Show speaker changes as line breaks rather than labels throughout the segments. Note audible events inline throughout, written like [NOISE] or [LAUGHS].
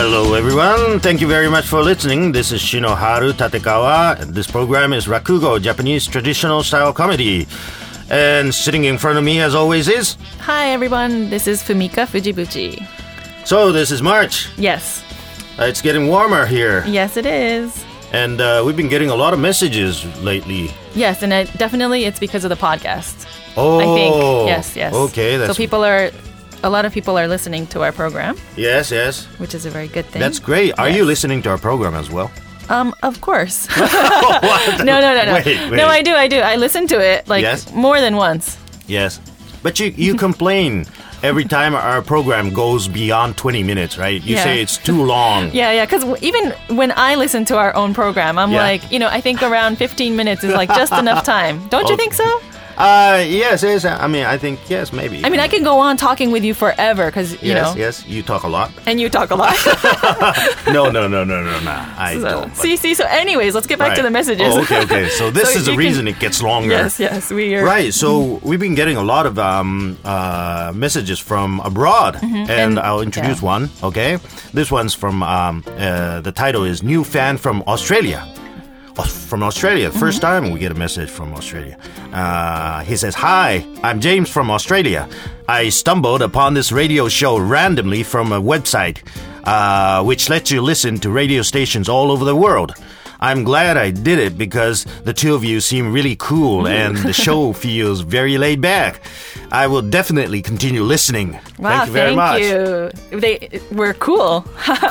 Hello, everyone. Thank you very much for listening. This is Shinoharu Tatekawa, and this program is Rakugo, Japanese traditional style comedy. And sitting in front of me, as always, is.
Hi everyone, this is Fumika Fujibuchi.
So, this is March.
Yes,
Uh, It's getting warmer here,
yes it is.
and uh, we've been getting a lot of messages lately.
Yes, and it, definitely it's because of the podcast.
Oh,
I think yes, yes.
Okay, that's
so people are, a lot of people are listening to our program,
yes, yes.
which is a very good thing.
That's great. Are you
Hmm? Yes.
listening to our program as well?
Um, of
[LAUGHS]
course. [LAUGHS] no, no, no, no.
Wait, wait.
No, I do, I do. I listen to it like
Yes?
more than once.
Yes, but you
[LAUGHS]
you complain every time our program goes beyond twenty minutes, right? You
Yeah.
say it's too long.
Yeah, yeah. Because even when I listen to our own program, I'm
Yeah.
like, you know, I think around 15 minutes is like just
[LAUGHS]
enough time. Don't
Oh.
you think so?
Uh, yes, yes. I mean, I think yes, maybe.
I mean, I can go on talking with you forever because you
Yes,
know,
yes. You talk a
[LAUGHS]
lot.
and you talk a lot.
No, no, no, no, no, no. I
[LAUGHS] so,
don't. but-
see, see. So, anyways, let's get back to
Right.
the messages.
Oh, okay, okay. So this
So
is the
you can-
reason it gets longer.
[LAUGHS] yes, yes, we are.
Right. So we've been getting a lot of um, uh, messages from abroad, and,
Mm-hmm. And-
I'll introduce
yeah.
one. Okay, this one's from um, uh, the title is "New Fan from Australia." Aus- From Australia, 1st time we get a message from Australia. Uh, he says, "Hi, I'm James from Australia. I stumbled upon this radio show randomly from a website, uh, which lets you listen to radio stations all over the world." I'm glad I did it because the two of you seem really cool and the show feels very laid back. I will definitely continue listening.
Wow,
thank you very much.
you. They were cool.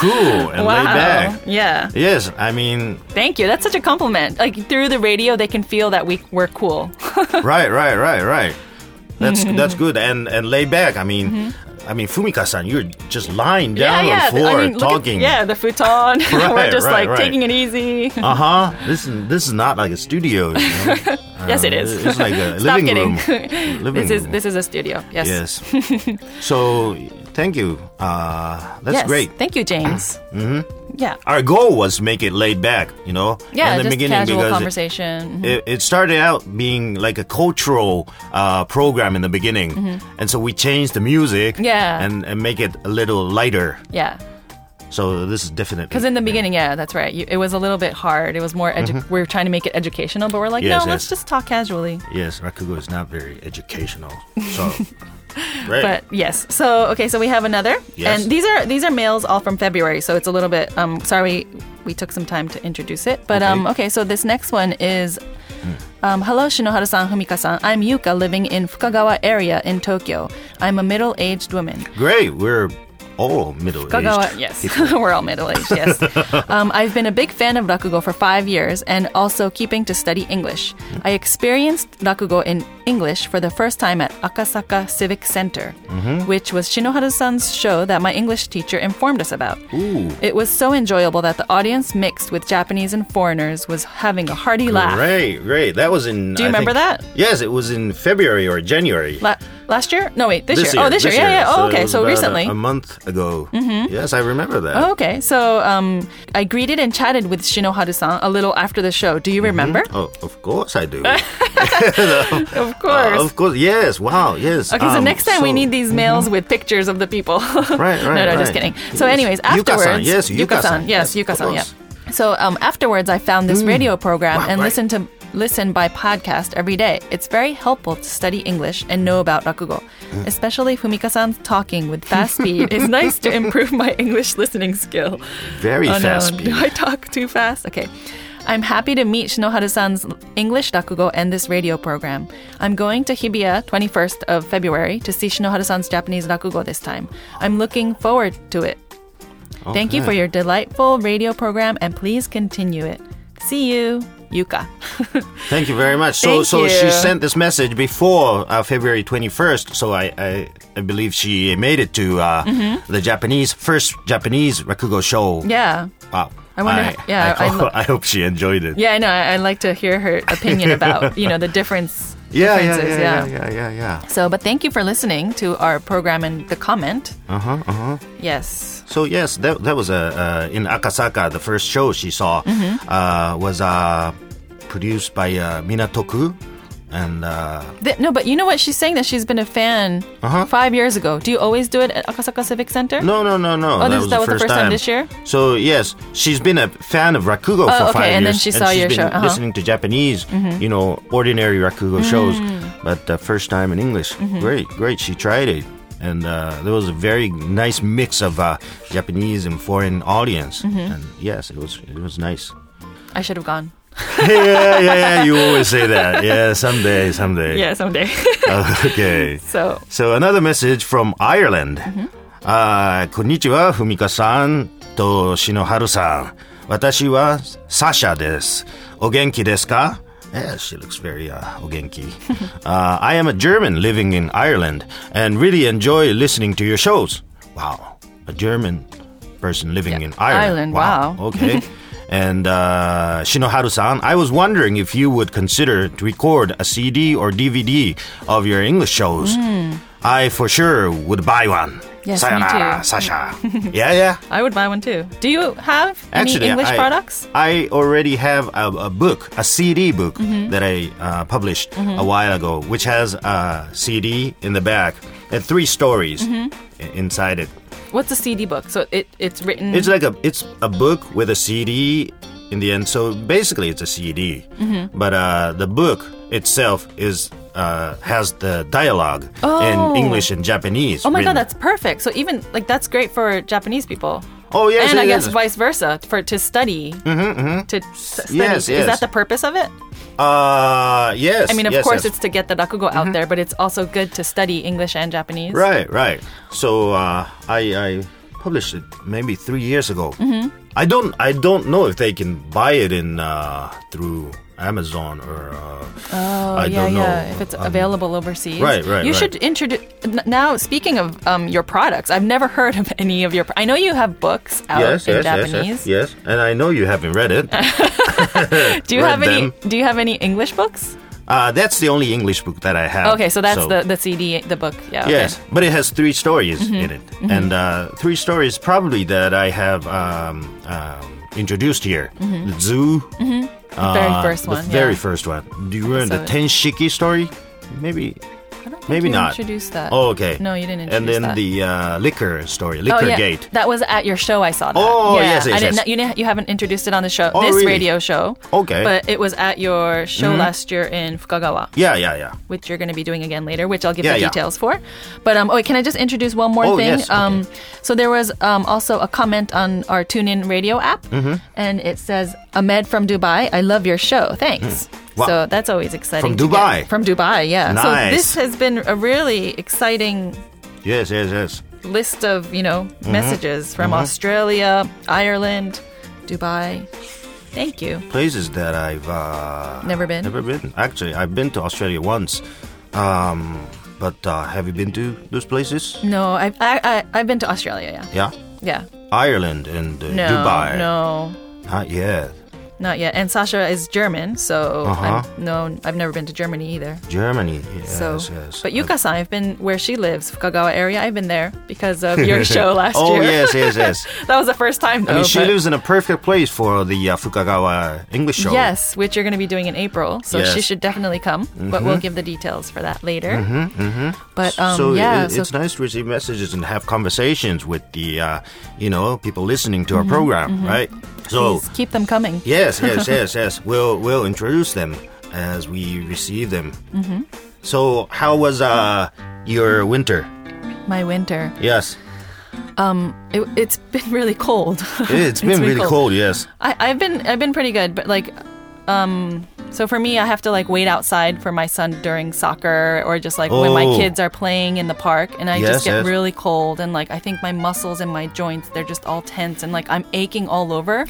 Cool and
wow.
laid back.
Yeah.
Yes, I mean,
Thank you. That's such a compliment. Like through the radio, they can feel that we were cool.
right, right, right, right. That's
[LAUGHS]
that's good and and laid back. I mean, I mean Fumika-san, you're just lying down on the
th-
floor
Mm-hmm. I mean, look at-
talking.
yeah, the futon. [LAUGHS]
[LAUGHS] Right,
we're just
right,
like
right.
taking it easy.
Uh huh. This is this is not like a studio. You know?
[LAUGHS]
Uh,
yes, it is.
It's like a
[LAUGHS] Stop
living
kidding.
room. Living
this is
room.
this is a studio. Yes.
Yes.
[LAUGHS]
so, thank you. Uh, that's
Yes.
great.
Thank you, James. mm-hmm. Yeah.
Our goal was make it laid back, you know,
Yeah,
in the
just
beginning
casual
because it-
conversation.
It, it started out being like a cultural uh, program in the beginning, and so we changed the music,
Mm-hmm. Yeah.
and, and make it a little lighter.
yeah.
So this is definitely
Because in the beginning, yeah, that's right. You, it was a little bit hard. It was more, edu- we are trying to make it educational, but we're like,
Mm-hmm. Yes,
no,
yes.
let's just talk casually.
yes, Rakugo is not very educational.
[LAUGHS]
So, great.
But yes, so okay, so we have another,
Yes.
and these are these are mails all from February, so it's a little bit. Um, sorry, we took some time to introduce it, but um, okay, so this next one is,
Hmm.
um, hello Shinoharu-san, Fumika-san, I'm Yuka, living in Fukagawa area in Tokyo. I'm a middle-aged woman.
great, we're all middle
Kagawa,
aged.
yes. [LAUGHS] We're all middle
[LAUGHS]
aged, yes. um, I've been a big fan of Rakugo for five years and also keeping to study English. I experienced Rakugo in English for the first time at Akasaka Civic Center,
Mm-hmm.
which was Shinoharu san's show that my English teacher informed us about. It was so enjoyable that the audience mixed with Japanese and foreigners was having a hearty laugh.
Great, great. That was in.
Do you
I
remember
think-
that?
Yes, it was in February or January.
La- last year? No, wait, this,
this
year. Oh, this, year. Yeah, yeah. Oh,
it
okay.
was
So
about a-
recently. Mm-hmm.
a, month ago. Yes, I remember that.
Oh, okay. So um, I greeted and chatted with Shinoharu-san a little after the show. Do you remember?
Oh, of course I do.
[LAUGHS] Of course.
Uh, of course, yes. Wow, yes.
Okay, so
Um,
next time
so-
we
mm-hmm.
need these mails with pictures of the people. [LAUGHS] right,
[LAUGHS] right,
no, no, just
right.
kidding. So, anyways,
Yuka-san,
afterwards,
yes, Yuka-san, yes,
yes,
of
Yuka-san,
course. Mm.
yeah. So, um, afterwards, I found this radio program
Wow,
and
right.
listened to listen by podcast every day. It's very helpful to study English and know about rakugo,
Mm.
especially Fumika-san's talking with fast speed is nice to improve my [LAUGHS] English listening skill.
Very
Oh
fast
[LAUGHS] no,
speed.
do I talk too fast? Okay. I'm happy to meet Shinoharu-san's English Rakugo and this radio program. I'm going to Hibiya 21st of February to see Shinoharu-san's Japanese Rakugo this time. I'm looking forward to it. Thank you
Okay.
for your delightful radio program and please continue it. See you, Yuka. [LAUGHS]
Thank you very much. So,
Thank
so she
you.
sent this message before uh, February twenty first. So I, I, I believe she made it to uh, the Japanese first Japanese rakugo show.
Mm-hmm. yeah.
Wow.
I wonder- yeah,
I,
I
hope,
lo-
[LAUGHS] I hope she enjoyed it.
Yeah, I know. I- I'd like to hear her
[LAUGHS]
opinion about, you know, the difference.
Yeah, yeah, yeah,
differences,
yeah, yeah, yeah, yeah,
So, but thank you for listening to our program and the comment.
Uh huh, uh huh.
Yes.
So yes, that that was uh, uh, in Akasaka. The first
Mm-hmm.
show she saw uh, was uh, produced by uh, Minatoku and uh,
Th- no, but you know what? She's saying that she's been a fan
Uh-huh.
five years ago. Do you always do it at Akasaka Civic Center?
no, no, no, no.
Oh, this- that was the first time this year? Oh,
So yes, she's been a fan of rakugo for
okay,
five years,
and then she saw
she's
your
been
show, uh-huh. Mm-hmm.
listening to Japanese, you know, ordinary rakugo shows, but the first time in English.
Mm-hmm.
Great, great. She tried it, and uh, there was a very nice mix of uh, Japanese and foreign audience,
Mm-hmm.
and yes, it was it was nice.
I should have gone.
yeah, yeah, yeah. You always say that. Yeah, someday, someday.
Yeah, someday.
[LAUGHS]
[LAUGHS]
Okay.
so,
So another message from Ireland.
Mm-hmm.
Uh, こんにちは、ふみかさんと篠原さん。私はサシャです。お元気ですか Yeah, she looks very uh, お元気
[LAUGHS]
uh, I am a German living in Ireland and really enjoy listening to your shows. Wow, a German person living
Yeah,
in Ireland.
Ireland, wow. [LAUGHS]
Okay. and uh, Shinoharu san, I was wondering if you would consider to record a CD or DVD of your English shows. I for sure would buy one.
Hmm. Yes, me
Sayonara,
too. [LAUGHS]
Sasha. yeah, yeah.
I would buy one too. Do you have
Actually,
any English
I,
products?
I already have a, a book, a CD book
Mm-hmm.
that I uh, published a while ago, which has a CD in the back and three stories
Mm-hmm.
i- inside it.
What's a CD book? So it, it's written.
It's like a it's a book with a CD in the end. So basically, it's a CD,
Mm-hmm.
but uh, the book itself is uh, has the dialogue
Oh.
in English and Japanese.
oh my
written.
god, that's perfect. So even like that's great for Japanese people.
oh yes,
and I
yes,
guess vice versa for to study. To s- study.
mm-hmm. Yes,
Is
yes.
that the purpose of it?
uh, yes.
I mean, of
yes,
course,
yes. Mm-hmm.
it's to get the rakugo out there, but it's also good to study English and Japanese.
Right, right. So uh, I, I published it maybe three years ago.
Mm-hmm.
I don't I don't know if they can buy it in uh, through Amazon or uh, I
Oh, yeah,
don't know. Um,
yeah. If it's available overseas,
right, right,
You
right.
should introduce. n- Now, speaking of um, your products, I've never heard of any of your. I know you have books out
yes,
in
yes, yes,
Japanese.
yes, yes. And I know you haven't read
[LAUGHS]
it.
Do you
read
have any?
them.
Do you have any English books?
Uh, that's the only English book that I have.
Okay, so that's the the CD, the book. Yeah. okay. Mm-hmm,
Yes, but it has three stories in it, and uh, three stories probably that I have um, um, introduced here. The zoo,
Mm-hmm. The very
uh,
first
the
one.
very
yeah.
first one. Do you remember the
So-
Tenshiki story? Maybe.
I don't think
maybe
you
not.
Introduced that.
Oh, okay.
No, you didn't introduce
And then
that.
the uh, liquor story,
Oh
liquor
yeah,
gate.
that was at your show. I saw that.
Oh,
yeah.
yes, yes,
I didn't,
yes.
You, didn't- you haven't introduced it on the show,
Oh,
this
really?
radio show.
Okay. Mm-hmm.
But it was at your show last year in Fukagawa.
Yeah, yeah, yeah.
which you're going to be doing again later, which I'll give
Yeah,
the
yeah.
details for. But um, oh, wait, can I just introduce one more
Oh,
thing?
yes, okay.
Um, so there was um, also a comment on our TuneIn Radio app,
Mm-hmm.
and it says Ahmed from Dubai, I love your show. Thanks.
Hmm. Wow.
So that's always exciting.
From
to get-
Dubai.
From Dubai, yeah.
Nice.
So this has been a really exciting
Yes, yes, yes.
list of you know
Mm-hmm.
messages from Australia, Ireland, Dubai. Thank you.
Places that I've uh,
Never been?
Never been. Actually, I've been to Australia once. Um, but uh, have you been to those places?
No, I, I, I I've been to Australia.
Yeah,
Yeah, yeah.
Ireland and uh,
No,
Dubai.
no.
Not yet.
Not yet. And Sasha is German, so
Uh-huh.
I'm, no, I've never been to Germany either.
Germany. Yes,
So,
yes.
but Yuka-san, I've been where she lives, Fukagawa area. I've been there because of your
[LAUGHS]
show last
oh
year.
yes, yes, yes.
[LAUGHS] that was the first time. Though,
I mean, she
but-
lives in a perfect place for the uh, Fukagawa English show.
Yes, which you're going to be doing in April, so
Yes. Mm-hmm.
she should definitely come. But we'll give the details for that later. Mm-hmm, But um,
so
yeah,
it,
so
it's nice to receive messages and have conversations with the, uh, you know, people listening to our
Mm-hmm,
program, right? So
please keep them coming.
yes,
[LAUGHS]
yes, yes, yes. We'll we'll introduce them as we receive them. Mm-hmm. So how was uh, your winter?
My winter, [LAUGHS]
Yes,
it, it's been really cold. [LAUGHS]
it's been really cold. Yes.
I, I've been I've been pretty good, but like, um, so for me, I have to like wait outside for my son during soccer or just like when my
Oh.
kids are playing in the park, and I
Yes,
just get
yes.
really cold and like I think my muscles and my joints they're just all tense and like I'm aching all
[LAUGHS]
over.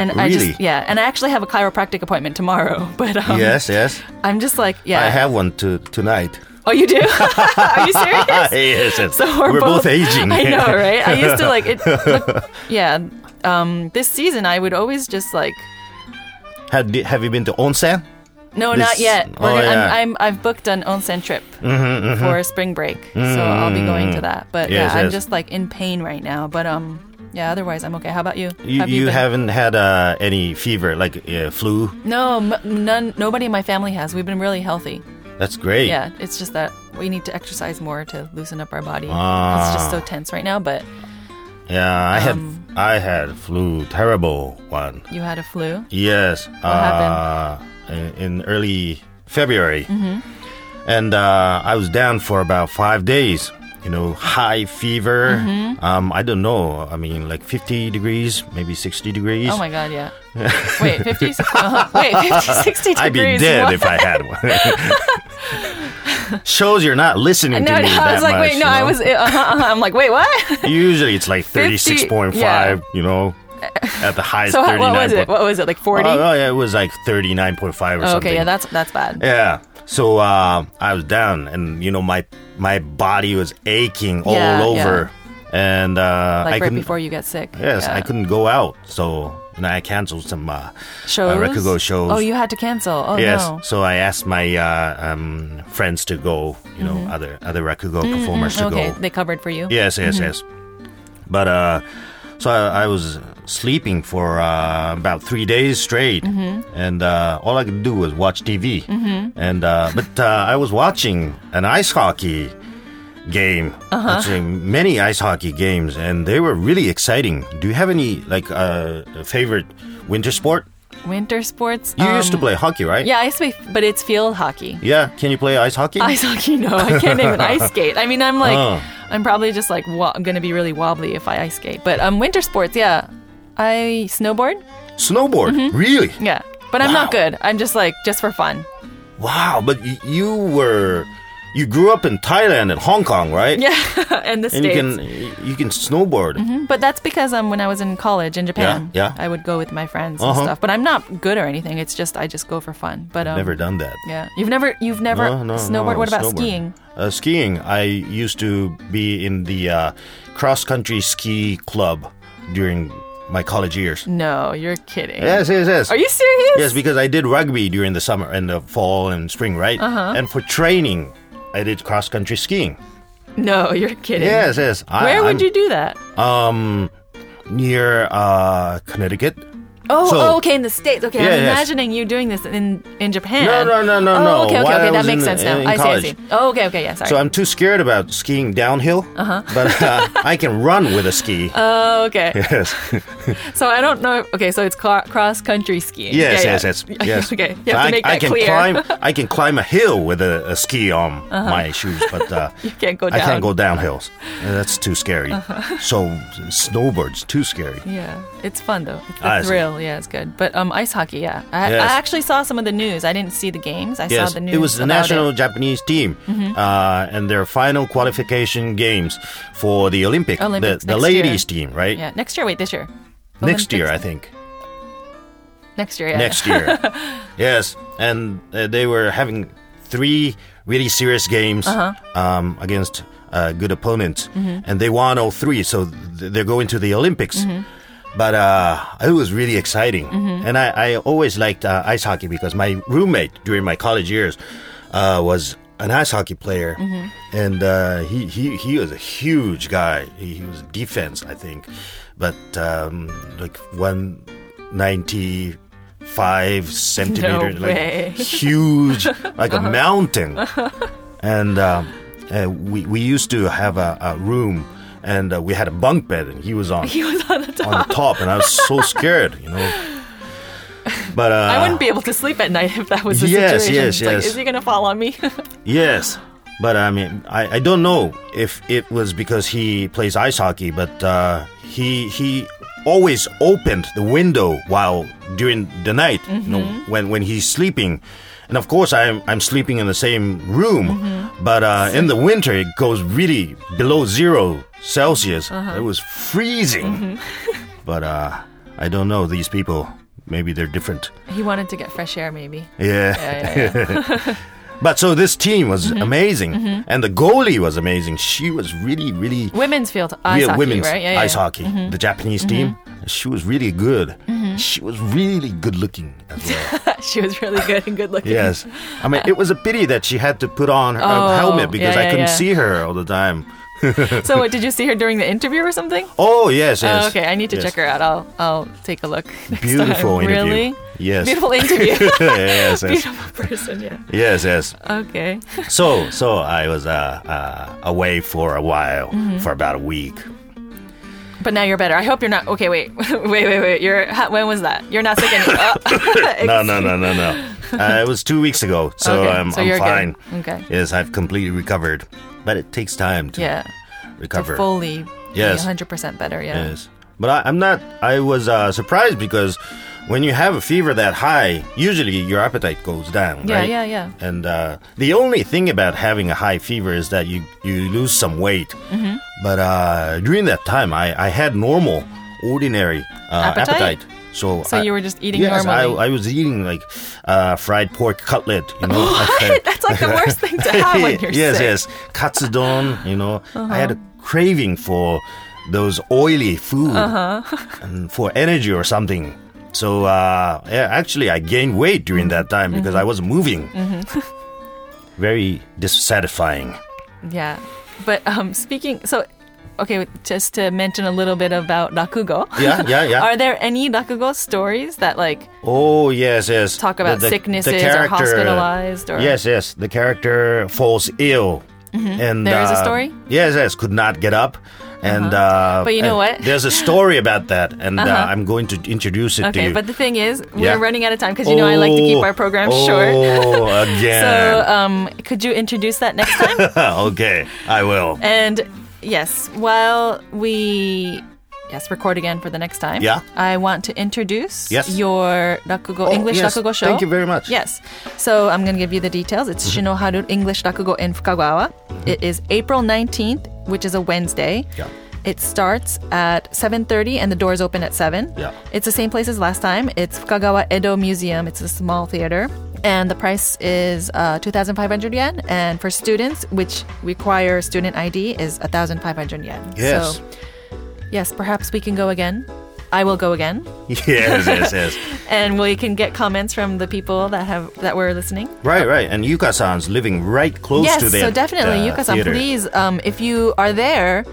and I
Really?
just yeah, and I actually have a chiropractic appointment tomorrow, [LAUGHS] but um,
Yes, yes.
I'm just like yeah.
I have one to,
[LAUGHS]
tonight.
oh, you do? are you
[LAUGHS]
serious?
yes, yes.
So we're,
both, aging.
[LAUGHS] I know,
[LAUGHS]
right? I used to like it. Look, yeah, um, this season I would always just like
Had- have you been to onsen?
No,
This-
not yet.
oh,
But
yeah.
I'm, I'm, I've booked an onsen trip for spring break, so I'll be going to that. But
Yes,
yeah, I'm
Mm-hmm. yes.
just like in pain right now. But um, Yeah, otherwise I'm okay. How about you?
You,
Have
you
been-
haven't had uh, any fever, like uh, flu.
No, m- none. Nobody in my family has. We've been really healthy.
That's great.
Yeah, it's just that we need to exercise more to loosen up our body.
Ah.
It's just so tense right now. But
Yeah, I
Um,
had I had flu, terrible one.
you had a flu.
Yes. uh, in, in early February.
Mm-hmm.
And uh, I was down for about five days. You know, high fever.
Mm-hmm.
Um, I don't know. I mean, like 50 degrees, maybe 60 degrees.
Oh my god, yeah. Wait, 50, 60, uh, wait, 50,
[LAUGHS]
60
I'd be
degrees.
dead
What?
if I had one. Shows you're not listening
[LAUGHS] no,
to
no,
me
I
that
was like,
much,
wait,
you
no, I
know?
was. Uh, uh, uh, I'm like, wait, what?
[LAUGHS] Usually it's like 36.5,
yeah.
you know, at
[LAUGHS]
the highest
[LAUGHS] So what
39.
was it? What was it? Like 40?
Oh, yeah, it was like 39.5 or
Oh,
something.
okay, yeah, that's that's bad.
Yeah. So uh, I was down, and you know my my body was aching all
Yeah,
over, and uh, I
Like right
couldn't.
before you get sick.
yes,
Yeah.
I couldn't go out, so you know, I canceled some uh,
Shows.
uh, Rakugo shows.
Oh, you had to cancel. Oh
yes.
no.
So I asked my uh, um, friends to go. You know, other other Rakugo performers to
Mm-hmm. Okay,
go.
they covered for you.
Yes, yes, yes. But uh, so I, I was sleeping for uh, about three days straight,
Mm-hmm.
and uh, all I could do was watch TV. And uh, but uh, I was watching an ice hockey game,
Uh-huh.
watching many ice hockey games, and they were really exciting. Do you have any like uh, favorite winter sport?
Winter sports.
You used to
um,
play hockey, right?
Yeah, I used to play, but it's field
[LAUGHS]
hockey.
Yeah. Can you play ice hockey?
Ice hockey, no, I can't
[LAUGHS]
even ice skate. I mean, I'm like,
Oh.
I'm probably just like, wa- I'm gonna be really wobbly if I ice skate. But um, winter sports, yeah, I snowboard,
Snowboard.
Mm-hmm.
Really?
yeah, but I'm not
Wow.
good. I'm just like, just for fun. [LAUGHS]
Wow. But y- you were. You grew up in Thailand and Hong Kong, right?
Yeah, and the
and
states.
you can you can snowboard.
But that's because um, when I was in college in Japan,
Yeah, yeah.
I would go with my friends
Uh-huh.
and stuff. But I'm not good or anything. It's just I just go for fun. But um,
Never done that.
Yeah, you've never you've never
No, no,
snowboard.
no,
what about
snowboard.
skiing?
Uh, skiing. I used to be in the uh, cross country ski club during my college years.
No, you're kidding.
Yes, yes, yes.
Are you serious?
Yes, because I did rugby during the summer and the fall and spring, right? Uh-huh. And for training, I did cross country skiing.
No, you're kidding.
Yes, yes. I,
Where would
I'm um,
you do that?
Near uh, Connecticut.
Oh,
So-
oh, okay, in the states. Okay,
Yeah,
I'm
yes.
imagining you doing this in in Japan.
No, no, no, no,
oh,
no.
Okay, okay,
While I
okay. That
was
makes
in-
sense now.
in
I see, I
college.
see. Oh, okay, okay, yeah. Sorry.
So I'm too scared about skiing downhill, uh-huh. but uh, I can run with a ski.
oh, okay.
[LAUGHS] yes.
So I don't know. Okay, so it's cro- cross country skiing.
Yes, yes, yes,
Yeah, yeah.
yes.
[LAUGHS] okay,
So
you
I,
have to make that
I can
clear. [LAUGHS]
climb. I can climb a hill with a, a ski on my shoes, but uh,
Uh-huh. [LAUGHS] you can't go
I
down. Uh-huh.
can't go down hills. Uh, That's too scary. So snowboards too scary.
Yeah, it's fun though. It's
Ah, I
the
see.
thrill. Yeah, it's good. But um, ice hockey. Yeah, I,
Yes.
I actually saw some of the news. I didn't see the games. I
Yes,
saw the news.
it was the
about
national
it. Mm-hmm.
Japanese team uh, and their final qualification games for the Olympic,
Olympics
the, the
next year.
ladies team, right?
Yeah, next year. Wait, this year.
Next year,
Olympics.
I think.
Next year. Yeah.
next year. yes, and uh, they were having three really serious games
Uh-huh.
um, against uh, good opponents,
Mm-hmm.
and they won all three. So th- they're going to the Olympics.
Mm-hmm.
But uh, it was really exciting, and I, I always liked uh, ice hockey because my roommate during my college years uh, was an ice hockey player,
Mm-hmm.
and uh, he, he he was a huge guy. He, he was defense, I think, but um, like one ninety five centimeters,
way. Uh-huh.
like huge,
[LAUGHS]
like a mountain. And um, uh, we we used to have a, a room, and uh, we had a bunk bed, and he was on
[LAUGHS] He was on the top.
on the top, and I was so scared, you
[LAUGHS]
know. But uh,
I wouldn't be able to sleep at night if that was the
Yes,
situation.
yes,
It's like,
yes.
is he gonna fall on me? [LAUGHS]
Yes, but I mean, I, I don't know if it was because he plays ice hockey, but uh, he he always opened the window while during the night, you know, when when he's sleeping. And of course, I'm I'm sleeping in the same room, but uh, in the winter it goes really below zero Celsius. It was freezing, but uh, I don't know these people. Maybe they're different.
he wanted to get fresh air, maybe.
Yeah. [LAUGHS] but so this team was
Mm-hmm.
amazing, and the goalie was amazing. She was really, really
Women's field ice
real
hockey,
women's
right? Yeah, Mm-hmm. yeah,
ice
yeah. Mm-hmm.
hockey. The Japanese team, she was really good. She was really good looking as
[LAUGHS]
well.
she was really good and good looking.
yes. I mean, it was a pity that she had to put on her uh,
Oh,
helmet because
yeah,
I
yeah,
couldn't
yeah.
see her all the time.
So, what, did you see her during the interview or something?
Oh, yes, yes.
Oh, okay, I need to
yes.
check her [LAUGHS] out. I'll I'll take a look. [LAUGHS] next
Beautiful
time.
interview.
Really?
Yes.
Beautiful interview.
[LAUGHS] yes, yes.
[LAUGHS] Beautiful person. Yeah.
Yes, yes.
Okay.
So, so I was uh, uh, away for a while,
Mm-hmm.
for about a week.
But now you're better. I hope you're not. Okay, wait, [LAUGHS] wait, wait, wait. You're ha- when was that? You're not
[LAUGHS]
sick anymore. Oh.
No,
[LAUGHS]
no, no, no, no. Uh, it was two weeks ago, so
Okay,
I'm,
so
I'm
you're
fine.
good. Okay.
Yes, I've completely recovered, but it takes time to
Yeah. To
recover.
fully.
Yes.
Be 100% better. Yeah.
Yes, but I, I'm not. I was uh, surprised because when you have a fever that high, usually your appetite goes down.
Yeah,
right? [LAUGHS]
yeah, yeah.
And uh, the only thing about having a high fever is that you you lose some weight.
Mm-hmm.
But uh, during that time, I, I had normal, ordinary uh,
Appetite?
So,
So
I-
you were just eating
yes,
normally.
I, I was eating like uh, fried pork cutlet. You
[LAUGHS]
know, what?
That's like the worst thing to have
[LAUGHS]
when you're
yes,
sick. Uh-huh.
yes. Katsudon, you know. I had a craving for those oily food
Uh-huh.
and for energy or something. So uh, yeah, actually, I gained weight during that time because
Mm-hmm.
I wasn't moving.
[LAUGHS]
Very dissatisfying.
Yeah. But um, speaking, so, okay, just to mention a little bit about Rakugo.
Yeah, yeah, yeah.
Are there any Rakugo stories that, like,
Oh yes, yes.
Talk about sicknesses or
character, uh,
hospitalized or- Mm-hmm.
yes, yes. The character falls ill, and
There is a
uh,
story? Uh-huh.
Yes, yes. Could not get up, and uh,
But you know
and
what? Uh-huh.
There's a story about that, and uh I'm going to introduce it to
okay,
you.
but the thing is, we're
Yeah.
running out of time because you know I like to keep our program
oh,
short.
Oh, [LAUGHS] again.
So, um, could you introduce that next
[LAUGHS]
time?
okay, I will.
and yes, while we. Yes, record again for the next time.
Yeah.
I want to introduce
Yes.
your Rakugo
Oh,
English
yes,
Rakugo show.
Thank you very much.
Yes. So I'm going to give you the details. It's
Mm-hmm.
Shinoharu English Rakugo in Fukagawa. It is April 19th, which is a Wednesday.
Yeah.
It starts at 7:30 and the doors open at 7.
Yeah.
It's the same place as last time. It's Fukagawa Edo Museum. It's a small theater and the price is uh, 2,500 yen and for students which require student ID is 1,500 yen.
Yes. [LAUGHS]
So yes, perhaps we can go again. I will go again
yes, yes,
[LAUGHS]
yes.
and we can get comments from the people that have that were listening.
Right, right. And Yuka-san's living right close
yes,
to the
so definitely,
the
Yuka-san,
theater.
please, um, if you are there,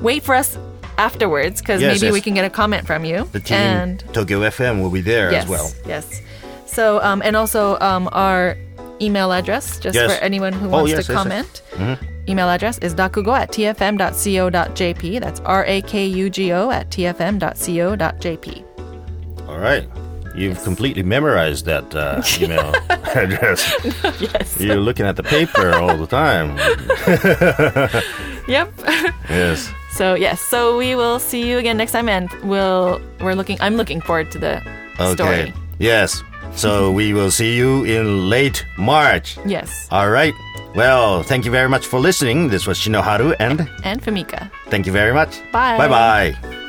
wait for us afterwards because
Yes,
maybe
yes.
we can get a comment from you.
The team
and
Tokyo FM will be there
yes,
as well.
yes. So um, and also um, our email address just
Yes.
for anyone who
Oh,
wants
yes, Mm-hmm. yes,
to
yes.
comment. Email address is rakugo at tfm.co.jp. That's R A K U G O at tfm.co.jp.
All right. You've completely memorized that
[LAUGHS]
uh, email address. yes. You're looking at the paper all the time.
Yep.
Yes.
[LAUGHS] So yes, so we will see you again next time, and we'll we're looking. I'm looking forward to the
Okay.
story.
Yes. So we will see you in late March.
Yes,
All right. Well, thank you very much for listening. This was Shinoharu, and
and Famika.
thank you very much.
Bye.
Bye bye.